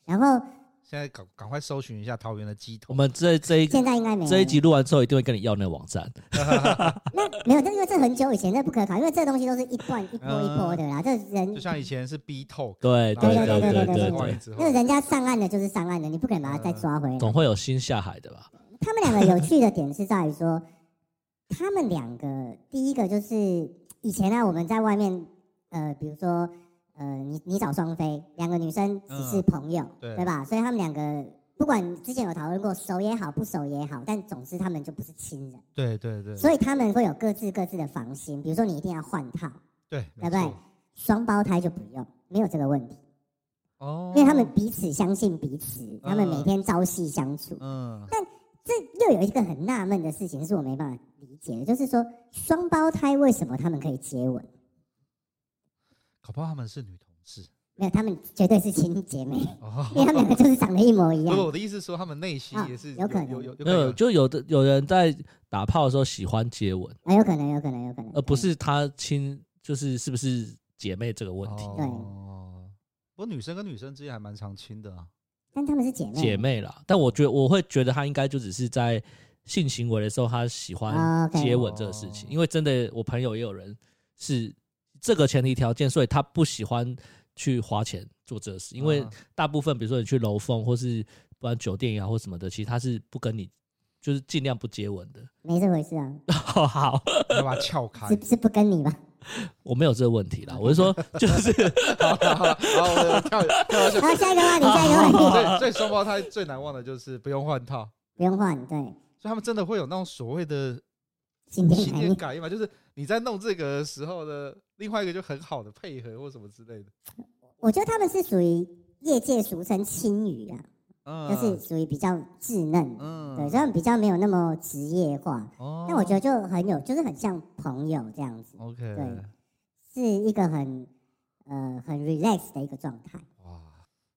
然后
现在赶赶快搜寻一下桃园的鸡头，
我们这这一
现在应该没有
这一
了
集录完之后，一定会跟你要那个网站。
那没有，这因为这很久以前，这不可考，因为这东西都是一段一波一波的啦，这人
就像以前是 B Talk，
对
然后
对
现在
对
变
对
成
对
另外一
对，
只
那人家上岸了就是上岸了，你不可能把他再抓回来。
总会有新下海的吧？
他们两个有趣的点是在于说，他们两个第一个就是以前啊，我们在外面，呃，比如说，呃，你你找双飞，两个女生只是朋友，
对
对吧？所以他们两个不管之前有讨论过熟也好，不熟也好，但总之他们就不是亲人，
对对对，
所以他们会有各自各自的防心，比如说你一定要换套，
对，没
对不对
错，
双胞胎就不用，没有这个问题，
哦，
因为他们彼此相信彼此，他们
嗯
每天朝夕相处。
嗯
这又有一个很纳闷的事情，是我没办法理解的，就是说双胞胎为什么他们可以接吻？
搞不好他们是女同志
没有，他们绝对是亲姐妹，因为他们
哦。
两个就是长得一模一
不
样
过。我的意思是说，他们内心
哦
也是
嗯有可能
有有有
没有，
有
呃就有的有人在打炮的时候喜欢接吻，
啊，有可能，有可能，有可能，
呃而不是他亲，就是是不是姐妹这个问题。
对
哦，不过女生跟女生之间还蛮常亲的啊。
但他们是姐妹。
姐妹啦，但我觉得我会觉得他应该就只是在性行为的时候，他喜
啊
欢
，OK
接吻这个事情，
哦
因为真的我朋友也有人是这个前提条件，所以他不喜欢去花钱做这个事，因为
啊
大部分比如说你去楼凤或是不然酒店也好或什么的，其实他是不跟你就是尽量不接吻的。
没这回事啊，
好好，
要把它撬 开。
是是不跟你吧？
我没有这个问题啦，我是说就是
好好好，好我跳啊跳下 去。
好，下一个话题，下一个话题，
所以，所以双胞胎最难忘的就是不用换套，
不用换，对，
所以他们真的会有那种所谓 的
今天
心
来
电
你
感应嘛，就是你在弄这个的时候的另外一个就很好的配合或什么之类的。
我觉得他们是属于业界俗称青鱼啊，
嗯，
就是属于比较稚嫩，
嗯，
对，所以他们比较没有那么职业化。
哦，
但我觉得就很有，就是很像朋友这样子。
OK，
对是一个很呃很 relax 的一个状态。
哇，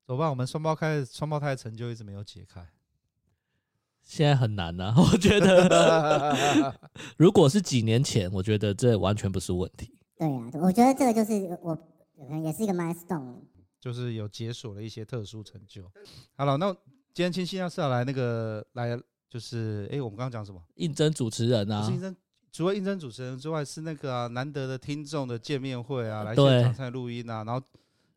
走吧，我们双胞胎双胞胎的成就一直没有解 开。
现在很难啊， 我觉得如果是几年前，我觉得这完全不是问题。
对啊，我觉得这个就是我可能也是一个 milestone。
就是有解锁了一些特殊成就。好了，那今天清新要是要来那个来，就是哎、诶我们刚刚讲什么？
应征主持人
不
啊
是，应征，除了应征主持人之外，是那个啊难得的听众的见面会啊，来
对
现场参与录音啊。然后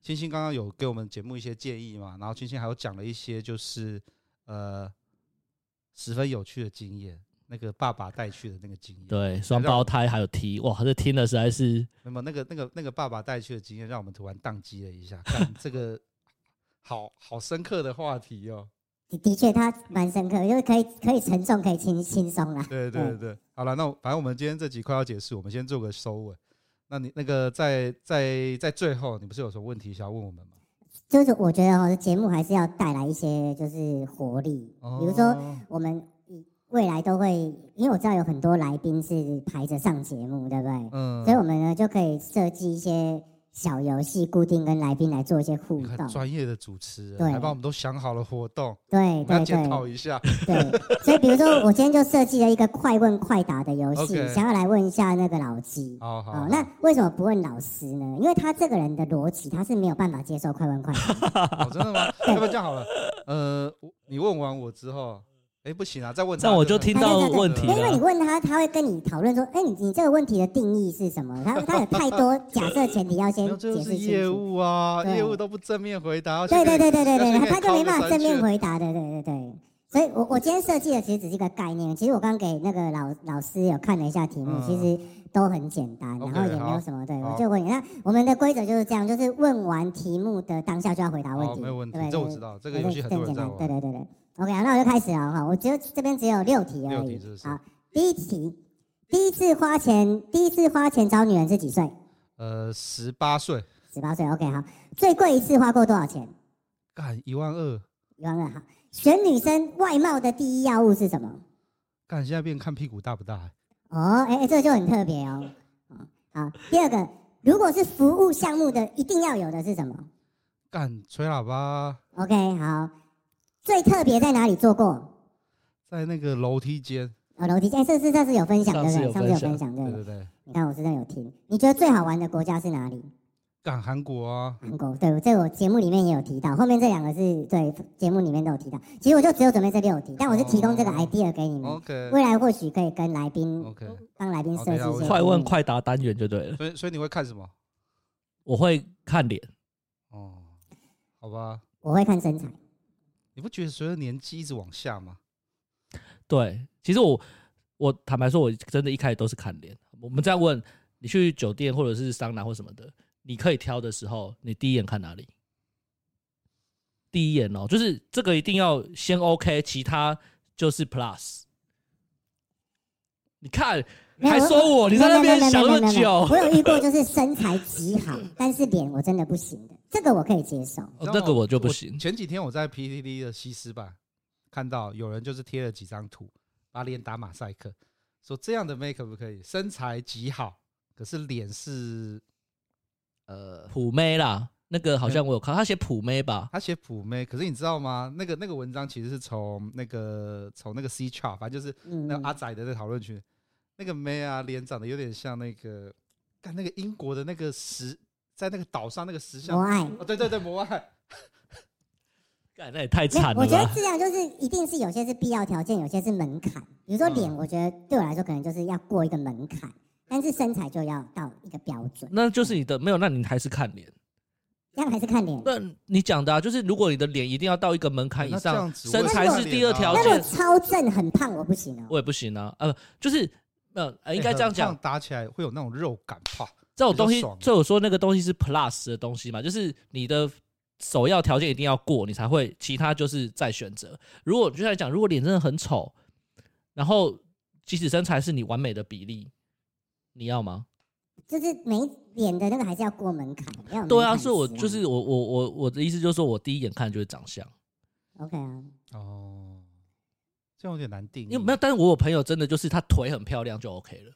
清新刚刚有给我们节目一些建议嘛，然后清新还有讲了一些就是呃十分有趣的经验，那个爸爸带去的那个经验。
对，双胞胎还有 T，哇，这听了实在是
那么那个那个那个爸爸带去的经验，让我们突然宕机了一下，看这个 好好深刻的话题哦。
的的确，它蛮深刻，就是可以可以沉重，可以轻轻松啦。
对对对对，好了，那我反正我们今天这集快要结束，我们先做个收尾。那你那个在在在最后，你不是有什么问题想要问我们吗？
就是我觉得哦，节目还是要带来一些就是活力，比如说
哦，
我们以未来都会，因为我知道有很多来宾是排着上节目，对不对？所以
嗯，
我们呢就可以设计一些小游戏，固定跟来宾来做一些互
你很
动。
专业的主持人，
对
还帮我们都想好了活动，我们
对对
要
对，
检讨一下。
对，所以比 如说，我今天就设计了一个快问快答的游戏
OK 啊
想要来问一下那个老鸡。
好好，
哦
好，
那为什么不问老师呢？因为他这个人的逻辑，他是没有办法接受快问快答。
哦真的吗？要不然这样好了，呃，我你问完我之后，哎，不行啊，再问他，
这样我就听到
真的
问题
对啊
因为因为你
了。
问他，他会跟你讨论说：“哎、你你这个问题的定义是什么？”他他有太多假设前提要
没
先
有，这
解
就
释
是
清
业
楚。
务啊，
对
业务都不正面回答，要去
对对
给
对对对
要去
对，
给
他就没办法正面
counter
回答的。对对对。所以我我今天设计的其实只是一个概念。其实我刚给那个老老师有看了一下题目，
嗯
其实都很简单，然
OK，
后也没
好
有什么对。
好
我就问你，那我们的规则就是这样，就是问完题目的当下就要回答问
哦
题，
没有问题
对不，对
这我知道，这个
对
游戏很多
更
人
简
在
单。对
玩。
对对对， OK，好那我就开始了哈。我只有这边只有六题而
六
已
题是不。是
好，第一题，第一次花钱，第一次花钱找女人是几岁？
呃，十八岁，
十八岁。OK，好。最贵一次花过多少钱？
干一万二，
一万二。好，选女生外貌的第一要务是什么？
干现在变看屁股大不欸大、
哦，哎、哎这就很特别哦。哦好，第二个，如果是服务项目的，一定要有的是什么
干吹喇叭，
？OK，好。最特别在哪里做过？
在那个楼梯间，
哦，楼梯间，哎这次这次有分享
上
对不
次
对？
有
上次有
分
分
享
享对
对对
不对？
对，
你看我真的有听。你觉得最好玩的国家是哪里？
干韩国啊，
韩国，对，这我节目里面也有提到，后面这两个是对节目里面都有提到。其实我就只有准备这六题，但我是提供这个
哦
idea 给
嗯
你们，
OK
未来或许可以跟来宾
OK，
帮来宾
好
设计
等一下
一
我
些。
快问，快答单元就对了。
所以所以你会看什么？
我会看脸，
哦，好吧，
我会看身材。
你不觉得随着年纪一直往下吗？
对，其实我我坦白说，我真的一开始都是看脸。我们在问你去酒店或者是桑拿或什么的，你可以挑的时候，你第一眼看哪里？第一眼哦，就是这个一定要先 OK，其他就是 Plus。你看，
没有
还说我你在那边想那么久
没有没有没有没有没有我有遇过就是身材极好，但是脸我真的不行的，这个我可以接受。
你知道
哦那个我就不行。
前几天我在 PTT 的西施版看到有人就是贴了几张图，把脸打马赛克，说这样的 make up 可以，身材极好，可是脸是呃，
普妹啦，那个好像我有看，他写普妹吧？
他写普妹，可是你知道吗？那个那个文章其实是从那个从那个 C chart，反正就是
嗯
那，个阿仔的那讨论区，那个妹啊，脸长得有点像那个，看那个英国的那个石，在那个岛上那个石像
我，爱。
哦，对对对，摩爱，
干那也太
没有
惨了
我觉得
吧！
这样就是一定是有些是必要条件，有些是门槛。比如说脸，
嗯
我觉得对我来说可能就是要过一个门槛，但是身材就要到一个标准。
嗯
那就是你的没有，那你还是看脸。
这样还是看脸。
那你讲的啊，就是如果你的脸一定要到一个门槛以
那这
上
样，子我
身
也
材
不
是
看
第
脸
二
啊
条
那如果
件，
超正很胖，我不行哦。
我也不行啊。呃，就是呃，呃应该
欸
这样，讲
很，胖打起来会有那种肉感啪，
这种东
比
西
较爽，
所以我说那个东西是 plus 的东西嘛，就是你的首要条件一定要过，你才会，其他就是再选择。如果就像你讲，如果脸真的很丑，然后即使身材是你完美的比例，你要吗？
就是没脸的那个还是要过门槛。要有门
对啊，
槛
所以我
值啊
就是我我我我的意思就是说我第一眼看就是长
嗯
相，
OK 啊，
哦，这样有点难定义，
因为没有，但是我有朋友真的就是她腿很漂亮就 OK 了，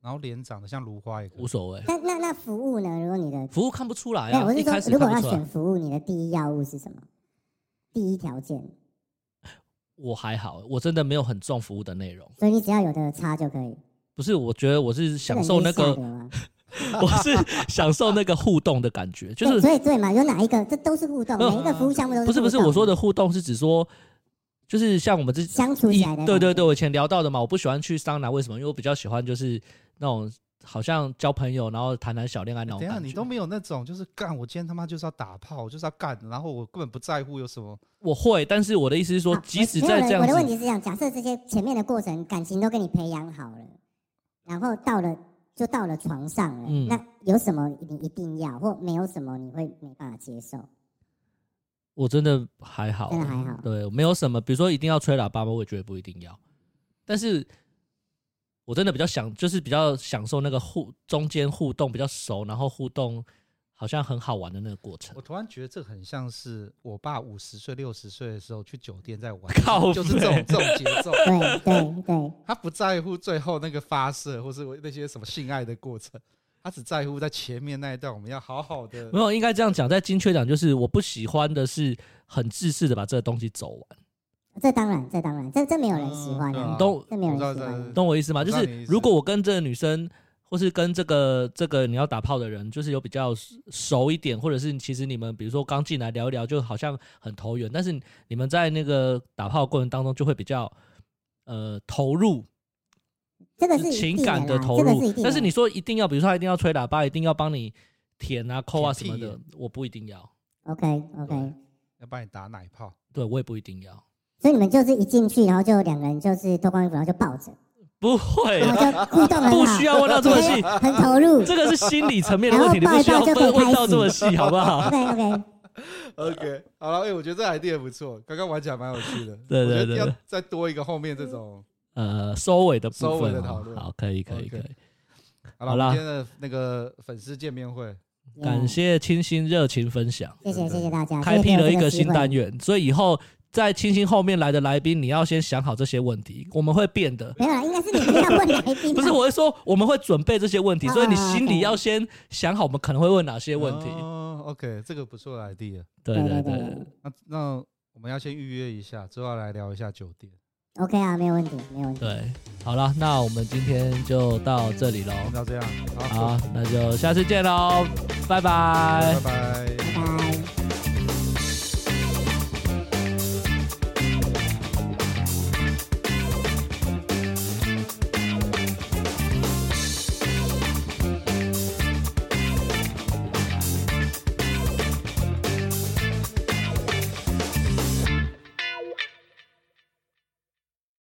然后脸长得像芦花也可以
无所谓，
但那那服务呢？如果你的
服务看不出来
没有，
啊，
我是
一开
说，
始
如果
看
要
不出来
选。服务，你的第一要务是什么？第一条件，
我还好，我真的没有很重服务的内容，
所以你只要有的差就可以。
不是，我觉得我是
这
享受那个
就是下流啊
我是享受那个互动的感觉， 就
对
是
所以对嘛，有哪一个这都是 互动，
没有
每一个服务项目都是
不是不是
互动
我说的互动是指说，就是像我们之
相处起来的？
对对对，，我以前聊到的嘛，我不喜欢去桑拿，为什么？因为我比较喜欢就是那种好像交朋友，然后谈谈小恋爱那种
等一
哎
下，
感
你都
觉。
没有那种，就是干，我今天他妈就是要打炮，我就是要干，然后我根本不在乎有什么。
我会，但是我的意思是说，
好
即使
啊没有
在
了
这样
我的问
子，
题是这样：假设这些前面的过程感情都跟你培养好了，然后到了就到了床上了，
嗯
那有什么你一定要，或没有什么你会没办法接 受？
我真的还好，
真的还好
对，没有什么，比如说一定要吹喇叭吗？我也觉得不一定要，但是。我真的比较享，就是比较享受那个互中间互动比较熟，然后互动好像很好玩的那个过程
我。突然觉得这很像是我爸五十岁、六十岁的时候去酒店在玩，
靠
就是就是这种
北
这种节奏，
对对对，
他不在乎最后那个发射或是那些什么性爱的过程，他只在乎在前面那一段我们要好好的
没。有，应该这样讲，在精确讲，就是我不喜欢的是很自私的把这个东西走完，
这当然这当然，这这没有人喜欢
嗯对啊
的，
都
这没有
我知道
人喜欢
这
的。
懂我意思吗？
我知
就
道你
是
意思
如果我跟这个女生，或是跟这个这个你要打炮的人，就是有比较熟一点，或者是其实你们比如说刚进来聊一聊，就好像很投缘，但是你们在那个打炮的过程当中就会比较呃投入
这个
就是
一
情
定
感
的
的
啦
投
这个
入
是一，定
但
的
是你说一定要，比如说他一定要吹喇叭，一定要帮你舔啊、抠啊什
舔
么
屁
的，我不一定要，
OK OK，
对要帮你打奶泡，
对我也不一定要，
所以你们就是一进去，然后就两个人就是脱光衣服，然后就抱着，
不会
然。后就互 动很好，
不需要问到这么细
很投入。
这个是心理层面的问题，你不需要分问到这么细，好不好？
OK OK，
OK，好了，哎、我觉得这 idea 不错，刚刚玩起来蛮有趣的。我
对对
觉得
对
要
对
再多一个后面这种。
呃，收尾的部分
收尾的
哦
讨论
好，可以可以
OK
可以，
好了，
好
我们
啦
今天的那个粉丝见面会，
感谢清新热情分享，
谢谢谢谢大家，
开辟了一个新单
元。
元，所以以后在清新后面来的来宾，你要先想好这些问题，我们会变的。
没有啦，应该是你们要问来宾啊吧。
不是，我是说我们会准备这些问题，
哦
所以你
哦哦
心里
哦
要先想好我们可能会问哪些问题。
哦，OK，这个不错的 idea。
对
对
对
对
对
对
那那我们要先预约一下，之后来聊一下酒店。
，OK 啊，没有问题，没有问题。
对，好了，那我们今天就到这里喽。
那这样，好，
好，那就下次见喽，拜拜
拜拜。